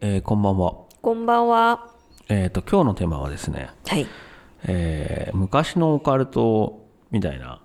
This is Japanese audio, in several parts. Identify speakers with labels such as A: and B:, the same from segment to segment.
A: えーこんばんは。
B: こんばんは。
A: えっ、と、今日のテーマはですね、
B: はい。
A: えー昔のオカルトみたいな、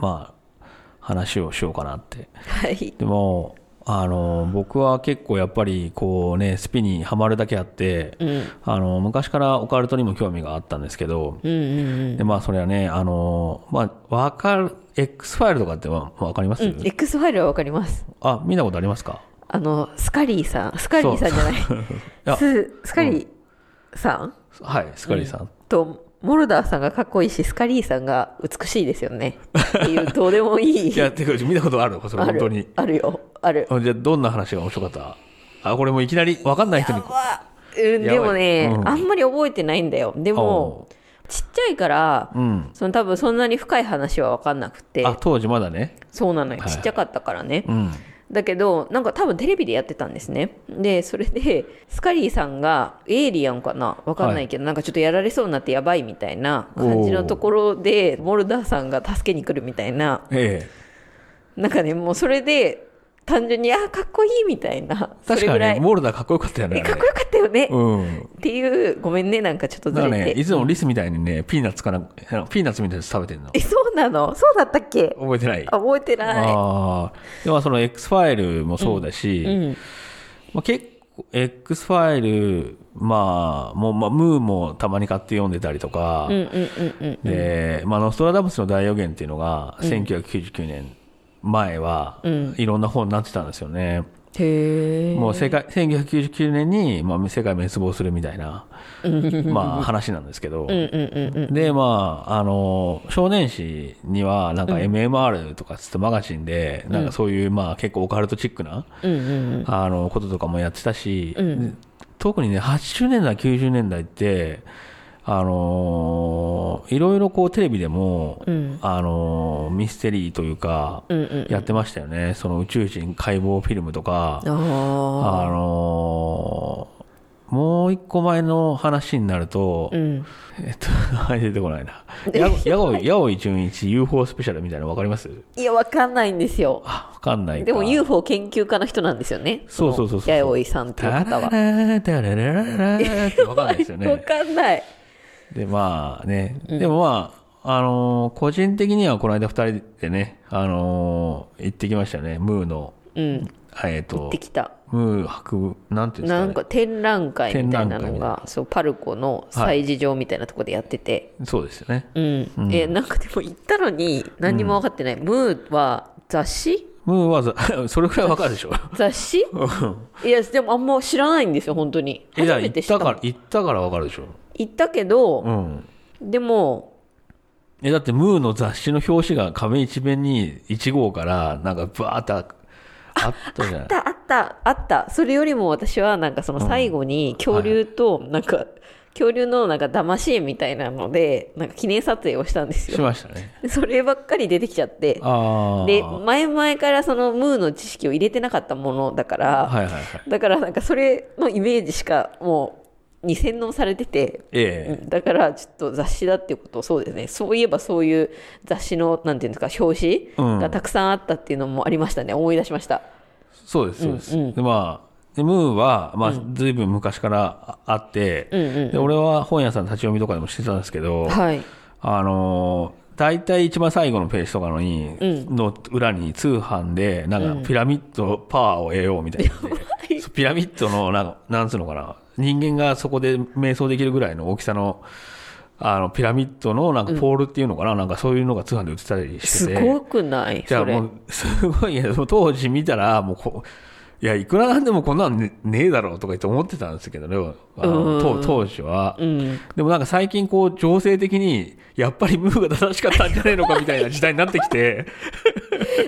A: まあ、話をしようかなって。
B: はい。
A: でも、あの、僕は結構やっぱり、こうね、スピにはまるだけあって、あの、昔からオカルトにも興味があったんですけど、
B: うんうん
A: で、まあ、それはね、あの、まあ、わかる、X ファイルとかってわわかります、
B: うん。うん。X ファイルはわかります。
A: あ、見たことありますか
B: あの、スカリーさん、スカリーさんじゃ ない。
A: や
B: ススカリーさん、
A: はい、スカリーさん。
B: と、モルダーさんがかっこいいし、スカリーさんが美しいですよね。っていう、どうでもいい。
A: いや、てか、見たことあるそれ
B: ある
A: 本当に。
B: あるよ。ある。
A: あじゃあどんな話が面白かったあこれもういきなり分かんない人に
B: うん、でもね、
A: やばいうん
B: あんまり覚えてないんだよ。でも、ちっちゃいから、
A: うん
B: その多分そんなに深い話は分かんなくて
A: あ当時まだね
B: そうなのよ、
A: はい
B: ちっちゃかったからね、
A: うん
B: だけどなんか多分テレビでやってたんですねでそれでスカリーさんがエイリアンかなわかんないけど、なんかちょっとやられそうになってやばいみたいな感じのところでモルダーさんが助けに来るみたいな
A: ええ
B: なんかねもうそれで単純にあーかっこいいみたいなそれ
A: 確か
B: ぐ
A: に
B: ら
A: ね
B: い
A: モルダーかっこよかったよ
B: え
A: ねあ
B: かっ
A: れ
B: こよかったよね、
A: うん
B: っていうごめんねなんかちょっと
A: だ
B: ず
A: か
B: れ
A: ら
B: て、
A: ねいつもリスみたいにねピーナッツかなんかあのピーナッツみたいなやつ食べてんの
B: えそうなのそうだったっけ
A: 覚えてない
B: あ覚えてない
A: ああでもその X ファイルもそうだし、
B: うん
A: まあ、結構 X ファイルまあもう、まあ、ムーもたまに買って読んでたりとか、
B: うんうんうんうん
A: で、まあ、ノストラダムスの大予言っていうのが、1999年前は、いろんな本になってたんですよね。
B: へえ
A: もう世界、1999年に、まあ、世界滅亡するみたいな、まあ、話なんですけど、
B: うんうんうんうん
A: で、まあ、あの、少年誌には、なんか MMR とかつってマガジンで、なんかそういう、まあ、結構オカルトチックな、
B: うんうんうん
A: あの、こととかもやってたし、
B: うん
A: で特にね、80年代、90年代って、あのーいろいろこうテレビでも、
B: うん
A: あのーミステリーというか、
B: うんうん
A: やってましたよね。その宇宙人解剖フィルムとか、あ
B: あ
A: のーもう一個前の話になると、
B: あうん
A: えっと、 はい出てこない な。ややごやごい純一 UFO スペシャルみたいなのわかります
B: いやわかんないんですよ
A: あ、わかんないか。
B: でも UFO 研究家の人なんですよね
A: そうそうそうそう
B: の弥生さんっていう
A: タ
B: 方
A: ララ
B: は
A: ラタララララってわかんないです よ
B: わ
A: ね。
B: かんない
A: で、まあね。でもまあ、あのー個人的にはこの間二人でね、あのー行ってきましたよね。ムーの、
B: うん
A: えっと
B: で、きた
A: ムー博物、なんていうんです
B: な
A: か
B: ん
A: ね。
B: か展覧会みたいな
A: 展覧会
B: の
A: みたい
B: がそうパルコの催事場みたいなとこでやってて、
A: そうですよね。
B: うんえなんかでも行ったのに何にも分かってない、ムーは雑誌
A: ムーはざ、 それくらいわかるでしょ。
B: 雑誌いやでもあんま知らないんですよ本当に
A: え、
B: 初
A: だから
B: め
A: 行
B: て
A: っ
B: 知った
A: たから、行ったからわかるでしょ。
B: 行ったけど
A: う、ん。
B: でも
A: え、だってムーの雑誌の表紙が壁一面に1号から、なんかバーってああったじゃな
B: あっ
A: い。
B: たあったあったそれよりも私はなんかその最後に恐竜となんか、恐竜のなんか騙し絵みたいなのでなんか記念撮影をしたんです
A: し
B: よ
A: ましたね。
B: でそればっかり出てきちゃって
A: ああ。
B: で前々からそのムーの知識を入れてなかったものだから、
A: はいはいはい。
B: だからなんかそれのイメージしかもうに洗脳されてて
A: え
B: う
A: え
B: んだからちょっと雑誌だっていうことをそうですねそういえばそういう雑誌のなんていうんですか表
A: うん
B: 紙がたくさんあったっていうのもありましたね思い出しました
A: そうです、そうです。
B: うんうん
A: で、まあ、でムーは、まあ、ずいぶん昔からああって、
B: うんうん
A: で、俺は本屋さん立ち読みとかでもしてたんですけど、
B: はい
A: あのー大体一番最後のページとかのに、
B: う
A: の裏に通販で、なんかピラミッドパワーを得ようみたいなので、そうピラミッドの、なんかなんつうのかな、人間がそこで瞑想できるぐらいの大きさの、あの、ピラミッドのなんかポールっていうのかな、なんかそういうのが通販で売ってたりしてて。
B: すごくない
A: じゃ
B: そ
A: あ
B: れ
A: もう、すごいね、 でも当時見たら、もうこう、いや、いくらなんでもこんなんねねえだろうとか言って思ってたんですけどね、あの当当時は、
B: ん
A: でもなんか最近こう、情勢的に、やっぱりムーが正しかったんじゃないのかみたいな時代になってき て、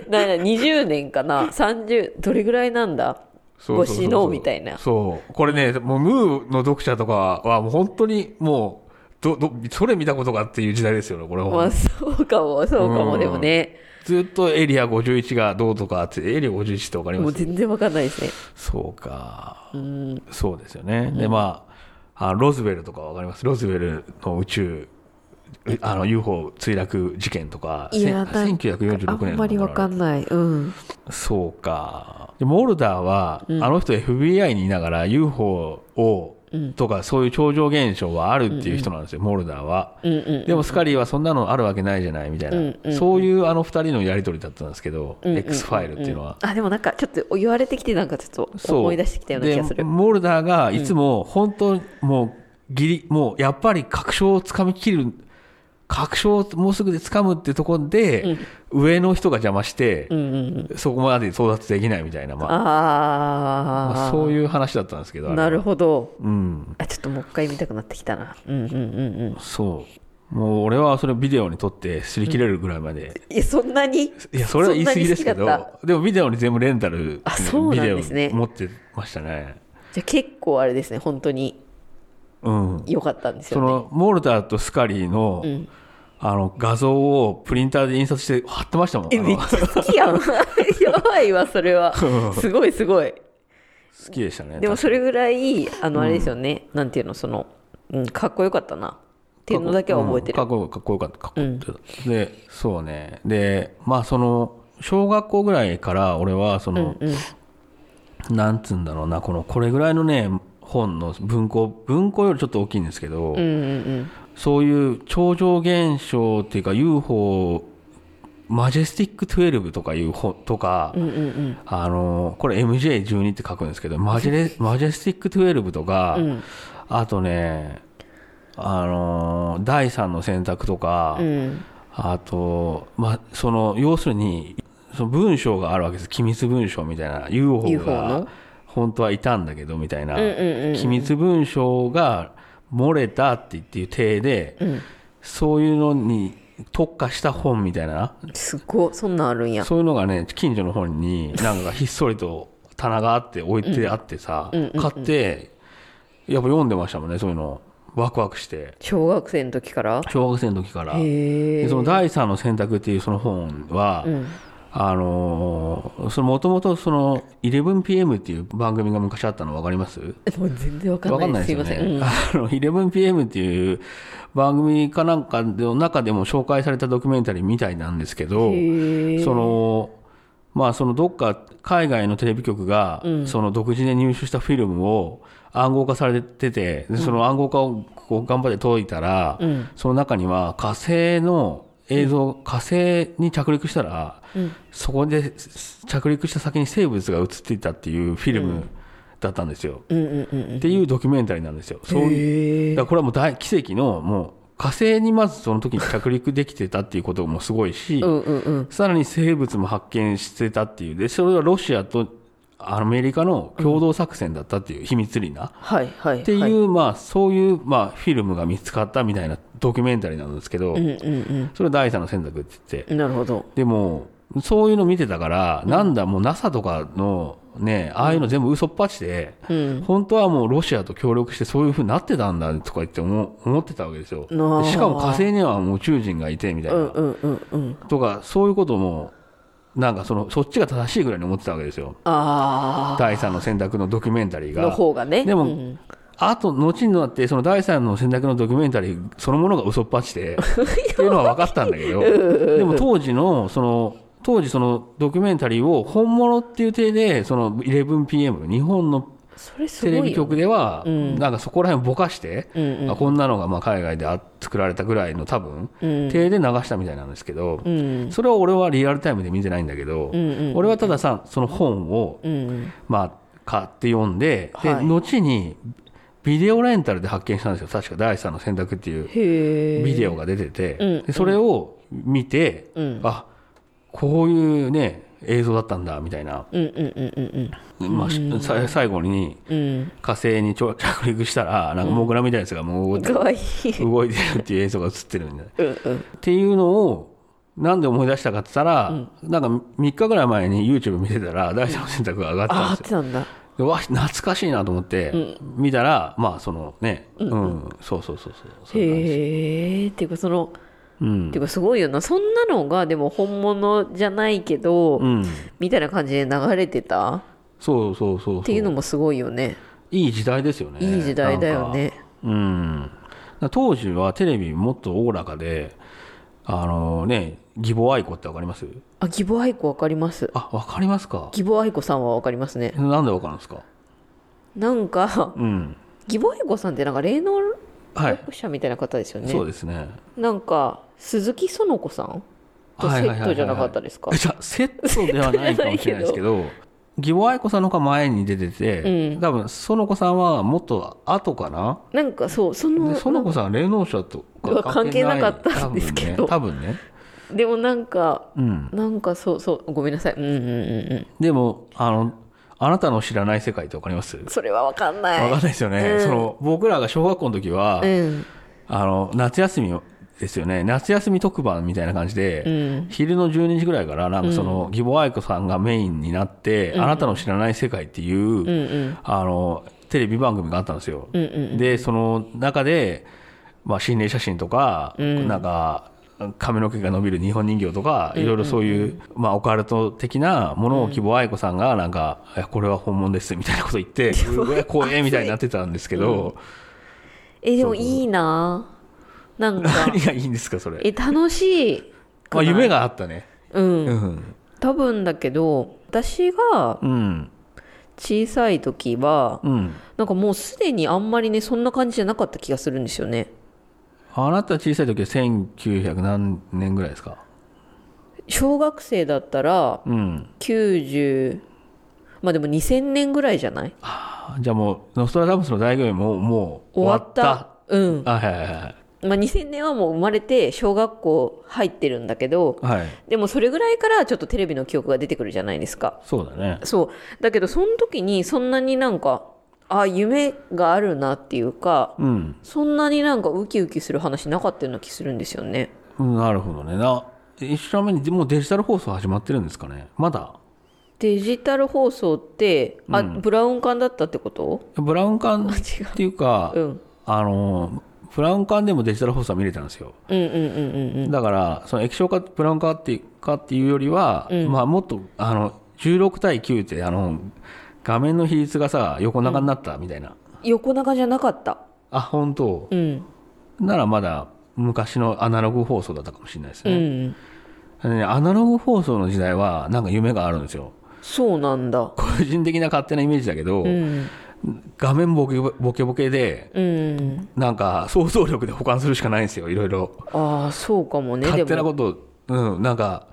B: なな20年かな30どれぐらいなんだ
A: そうそうそうそう
B: 星のみたいな
A: そう。これね、もうムーの読者とかは、もう本当にもう、ど、ど、それ見たことかっていう時代ですよね、これは。
B: まあそうかもそうか
A: う
B: も
A: ん
B: でもね
A: ずっとエリア51がどうとかって、エリア51ってわかり
B: も
A: ま
B: う
A: す
B: 全然わかんないですね
A: そうか。
B: うん
A: そうですよね。で、まあ、あロズウェルとかわかりますロズウェルの宇宙あの UFO 墜落事件とか
B: いや
A: せん
B: あ
A: 1946年
B: んまりわかんないうん
A: そうかでモルダーは、
B: うん
A: あの人 FBI にいながら UFO を、
B: うん
A: とかそういう超常現象はあるっていう人なんですよ、モルダーは
B: うんうん
A: でもスカリーはそんなのあるわけないじゃないみたいな、
B: うんうんうん
A: そういうあの2人のやり取りだったんですけど、
B: うんうんうんうん
A: X ファイルっていうのは、
B: あでもなんかちょっと言われてきてなんかちょっと
A: そう
B: 思い出してきたような気がす
A: で
B: る
A: モルダーがいつも本当にもうギリ、もうやっぱり確証をつかみきる確証をもうすぐでつかむってところで、上の人が邪魔して、
B: うんうんうん
A: そこまで到達できないみたいな、まあ
B: あ
A: ま
B: あ
A: あそういう話だったんですけどあれは
B: なるほど
A: うん
B: あちょっともう一回見たくなってきたなうんうんうんうん
A: そうもう俺はそれをビデオに撮って擦り切れるぐらいまで、
B: いやそんなに
A: いやそれは言い過ぎですけ
B: そんなに好きだっ
A: どでもビデオに全部レンタル
B: あそう
A: ビ
B: な
A: デ
B: ん
A: オ
B: ですね
A: 持ってましたね
B: たじゃあ結構あれですね本当に
A: うん
B: 良かったんです
A: そ
B: よね
A: のモルターとスカリーの,、
B: ん
A: あの画像をプリンターで印刷して貼ってましたもん
B: え
A: あの
B: めっちゃ好 きやんやばいわそれは
A: うん
B: すごいすごい
A: 好きでしたね
B: でもそれぐらいあのあれですよね、なんていうのその、うん、かっこよかったなっていうのだけは覚えてる
A: うんかっこよかっこよかったかっこよかった、でそうねでまあその小学校ぐらいから俺はその、なんつうんだろうなこのこれぐらいのね本の文庫文庫よりちょっと大きいんですけど、
B: うんうん
A: そういう超常現象っていうか UFO マジェスティック12とかいう本とか、
B: うんうんうん
A: あのこれ MJ12 って書くんですけどマジェ レマジェスティック12とか、
B: うん
A: あとねあの第三の選択とか、
B: うん
A: あと、ま、その要するにその文章があるわけです機密文章みたいな UFO
B: UFO
A: が
B: の
A: 本当はいたんだけどみたいな、
B: うんうんうん
A: 機密文章が漏れたってっていう体で、
B: ん
A: そういうのに特化した本みたいな
B: すごいそんなんあるんや
A: そういうのがね近所の本になんかひっそりと棚があって置いてあってさ、買ってやっぱ読んでましたもんねそういうのワクワクして
B: 小学生の時から
A: 小学生の時から。
B: へえ
A: でその第三の選択っていうその本は、
B: うん
A: あのーそのもともとその 11pm っていう番組が昔あったの分かります
B: もう全然わか
A: わか
B: ん
A: ん
B: な
A: ないい
B: です
A: です
B: すい
A: よ
B: ませ
A: ね。
B: ん、う
A: あ
B: ん
A: の 11pm っていう番組かなんかの中でも紹介されたドキュメンタリーみたいなんですけど、
B: へえ
A: そのまあそのどっか海外のテレビ局が、その独自で入手したフィルムを暗号化されてて、でその暗号化をこう頑張って解いたら、
B: うん
A: その中には火星の映像、火星に着陸したら、
B: うん
A: そこで着陸した先に生物が映っていたっていうフィルムだったんですよ、
B: うんうんうん
A: っていうドキュメンタリーなんですよ、そういう
B: へ
A: だからこれはもう大奇跡のもう火星にまずその時に着陸できてたっていうこともすごいし、
B: うんうんうん
A: さらに生物も発見してたっていうでそれはロシアとアメリカの共同作戦だったっていう秘密裏な、っ
B: はいはいって
A: いう、
B: はい、
A: まあそういう、まあ、フィルムが見つかったみたいなドキュメンタリーなんですけど、
B: うんうん
A: それは第三の選択って言って
B: うんなるほど
A: でもそういうの見てたから、なんだもう NASA とかのねああいうの全部嘘っぱちで、
B: うん
A: 本当はもうロシアと協力してそういうふうになってたんだとか言って思思ってたわけですよ。
B: あー
A: でしかも火星にはもう宇宙人がいてみたいうな、
B: んうんうんうん
A: とかそういうこともなんかそのそっちが正しいぐらいに思ってたわけですよ。
B: あ
A: 第三の選択のドキュメンタリー
B: あの
A: が。
B: 方がね
A: でも、
B: うん
A: あと後になってその第三の選択のドキュメンタリーそのものが嘘っぱち でっていうのは分かったんだけどでも当時のその当時そのドキュメンタリーを本物っていう体でその 11pm 日本の
B: それす
A: テ
B: ごい
A: レ
B: よね
A: ビ局では、
B: うん
A: なんかそこら辺ぼかして、
B: うんうん
A: あこんなのがまあ海外であ作られたぐらいの多分、
B: うん
A: 手で流したみたいなんですけど、
B: うん
A: それは俺はリアルタイムで見てないんだけど、
B: うんうん
A: 俺はたださその本を、
B: うん
A: まあ、買って読んでで、
B: はい
A: 後にビデオレンタルで発見したんですよ確か第三の選択っていう
B: へえ
A: ビデオが出てて、
B: うん
A: でそれを見て、
B: うん
A: あこういうね映像だったんだみたいな、
B: うんうんうんうん
A: まあしさ最後に
B: うん
A: 火星にちょ着陸したらなんかモグラみたいなやつがも
B: う
A: うん
B: かわいい
A: 動いてるっていう映像が映ってるんだ
B: うんうん
A: っていうのをなんで思い出したかって言ったら、なんか3日ぐらい前に YouTube 見てたら第三の選択が上がってたん
B: ああ
A: で
B: っ
A: すよ
B: てなんだ
A: でわ懐かしいなと思って、見たらまあそのねうん、そうそうそうそうそういう感じ
B: へえっていうかその
A: うん
B: っていうかすごいよなそんなのがでも本物じゃないけど
A: うん
B: みたいな感じで流れてたっ
A: そうそうそうそう
B: ていうのもすごいよね
A: いい時代ですよね
B: いい時代だよね
A: なんかうんら当時はテレビもっとおおらかで、あのね、義母愛子ってわかります
B: あ義母愛子わかります
A: あ、わかりますか
B: 義母愛子さんはわかりますね
A: なんでわかるんですか
B: なんか
A: うん。
B: 義母愛子さんってなんか霊能
A: はい。
B: 力者みたいな方ですよね、
A: そうですね。
B: なんか鈴木園子さんとセットじゃなかったですか
A: じゃセットではないかもしれないですけ ど義母愛子さんの方が前に出てて、
B: うん
A: 多分園子さんはもっと後かな
B: なんかそうその
A: で園子さんは霊能者とか
B: 関係なかったんですけど
A: 多分ね
B: でもなんか
A: 多分ね、
B: なんかそうそうごめんなさいうんうんうんうん
A: うん、でもあのあなたの知らない世界ってわかりますわ
B: それはわかんない
A: かんないですよね、
B: うん
A: その僕らが小学校の時は、
B: うん
A: あの夏休みですよね夏休み特番みたいな感じで、
B: うん
A: 昼の12時ぐらいからなんかその義母愛子さんがメインになって、あなたの知らない世界っていう、
B: うんうん
A: あのテレビ番組があったんですよ、
B: うんうん
A: でその中で、まあ、心霊写真とか、
B: うん
A: なんか髪の毛が伸びる日本人形とか、いろいろそういう、まあ、オカルト的なものを希望愛子さんがなんか、いやこれは本物ですみたいなこと言 ってうわ光栄みたいになってたんですけど、
B: えでもいいななんか
A: 何がいいんですかそれ、
B: え楽しい
A: まあ、夢があったね
B: うん
A: うん、
B: 多分だけど私が
A: うん
B: 小さい時は
A: うん、
B: なんかもうすでにあんまりねそんな感じじゃなかった気がするんですよね
A: あなた小さい時は1900何年ぐらいですか
B: 小学生だったら
A: うん
B: 90まあでも2000年ぐらいじゃない
A: あじゃあもうノストラダムスの大業演ももう
B: 終わったうん、
A: あはいはいはい
B: まあ、2000年はもう生まれて小学校入ってるんだけど
A: はい、
B: でもそれぐらいからちょっとテレビの記憶が出てくるじゃないですか
A: そうだね。
B: そうだけどその時にそんなになんかあ夢があるなっていうか
A: うん、
B: そんなになんかウキウキする話なかったような気するんですよね
A: なるほどね。な一社目にでもうデジタル放送始まってるんですかね。まだ
B: デジタル放送ってあ、ブラウン管だったってこと
A: ブラウン 管
B: あ違う
A: っていうか、
B: うん
A: あのブラウン管でもデジタル放送は見れたんですよ。
B: うんうんうんうんうん
A: だからその液晶化ブラウン管っていうかっていうよりは、まあもっとあの16対9ってあの画面の比率がさ横長になったみたいな。
B: 横長じゃなかった
A: あ本当。
B: うん
A: ならまだ昔のアナログ放送だったかもしれないです
B: う
A: ね。
B: ん
A: あのねアナログ放送の時代はなんか夢があるんですよ。
B: そうなんだ
A: 個人的な勝手なイメージだけど、
B: うん
A: 画面ボケボケボケで
B: うん
A: なんか想像力で保管するしかないんですよいろいろ
B: ああそうかもね
A: 勝手
B: で
A: な
B: も
A: ことうんなんか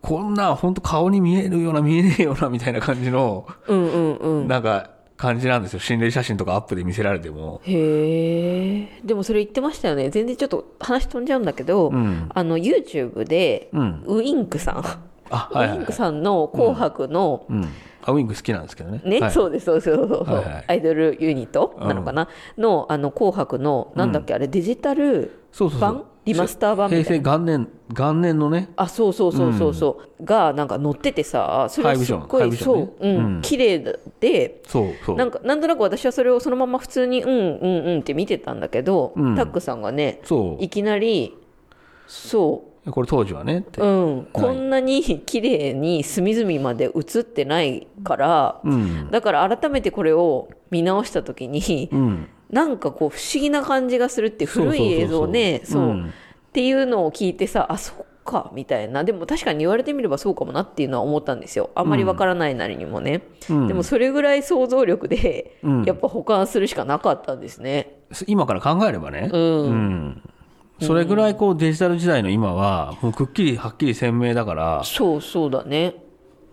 A: こんな本当顔に見えるような見えねえようなみたいな感じの、
B: うんうんうん
A: なんか感じなんですよ心霊写真とかアップで見せられても
B: へえでもそれ言ってましたよね全然ちょっと話飛んじゃうんだけど、
A: うん
B: あの YouTube で
A: うん
B: ウインクさん、
A: あはいは
B: ウイン
A: い
B: クさんの「紅白」の、
A: うんあウインク好きなんですけどね
B: ね、
A: はい
B: そうですそうですそうです
A: はいはい
B: アイドルユニットなのかな、の「あの紅白の」なんだっけ、あれデジタル
A: そうそうそう
B: 版リマスター版みた
A: 平
B: いな
A: 成元年元年のね
B: あそうそうそうそうそう、がなんか載っててさそれすっご
A: ハイ
B: い
A: ビジョンハイ
B: そ
A: ビ
B: う
A: ジョンね
B: うん
A: うん
B: 綺麗で
A: そうそう
B: なんかなんとなく私はそれをそのまま普通にうんうんうんって見てたんだけど、
A: うん
B: タックさんがね
A: そ
B: いきなりそう
A: これ当時はねって
B: う、うん、こんなに 綺麗に隅々まで映ってないから、
A: うん
B: だから改めてこれを見直した時に、
A: うん
B: なんかこう不思議な感じがするって
A: そうそう
B: 古
A: そう
B: い映像ね
A: そう
B: そう
A: う
B: っ
A: ん
B: ていうのを聞いてさあそっかみたいなでも確かに言われてみればそうかもなっていうのは思ったんですよあんまりわからないなりにもね、
A: うん
B: でもそれぐらい想像力で、
A: うん
B: やっぱ保管するしかなかったんですね
A: 今から考えればね、
B: うん
A: うんそれぐらいこうデジタル時代の今はもうくっきりはっきり鮮明だから、
B: そうそうだね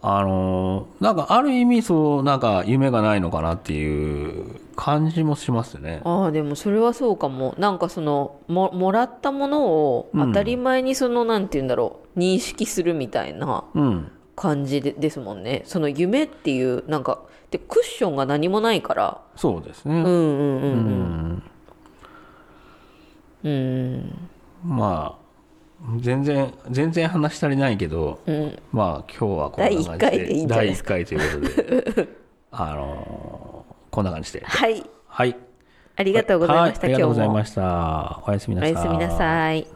A: あのーなんかある意味そうなんか夢がないのかなっていう感じもしますね。
B: ああでもそれはそうかもなんかそのももらったものを当たり前にその、なんて言うんだろう認識するみたいな
A: うん、
B: 感じでですもんねその夢っていうなんかでクッションが何もないから
A: そうですね、
B: うんうん
A: う
B: う
A: んん
B: うんうん
A: まあ全然全然話し足りないけど、
B: うん
A: まあ今日はこんな感じで
B: 第一回でいいんじゃな
A: 第
B: いで
A: 一
B: す
A: 回ということであのーこんな感じで
B: はい
A: はい
B: ありがとうございました、
A: はいありがとうご
B: 今日
A: ざい
B: も
A: ましたおやすみ
B: お
A: なさい
B: やすみなさい